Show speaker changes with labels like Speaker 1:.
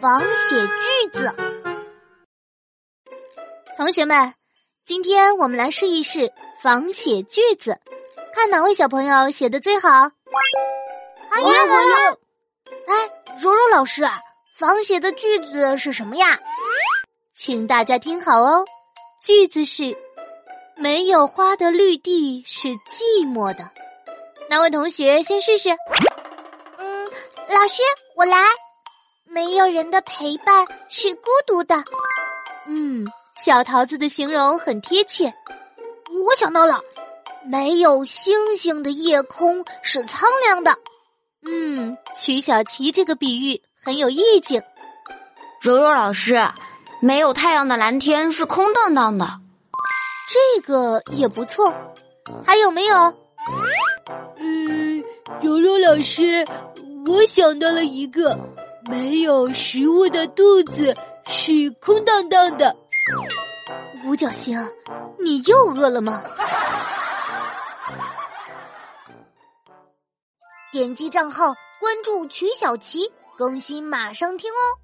Speaker 1: 王写句子。同学们，今天我们来试一试仿写句子，看哪位小朋友写的最好。哎呀，我要！哎，蓉蓉老师，仿写的句子是什么呀？请大家听好哦，句子是：没有花的绿地是寂寞的。哪位同学先试试？嗯，老师，我来。没有人的陪伴是孤独的。嗯，小桃子的形容很贴切。我想到了，没有星星的夜空是苍凉的。嗯，曲小琪这个比喻很有意境。
Speaker 2: 柔柔老师，没有太阳的蓝天是空荡荡的。
Speaker 1: 这个也不错。还有没有？
Speaker 3: 嗯，柔柔老师，我想到了一个，没有食物的肚子是空荡荡的。
Speaker 1: 五角星，你又饿 了吗？点击账号关注曲小琪，更新马上听哦。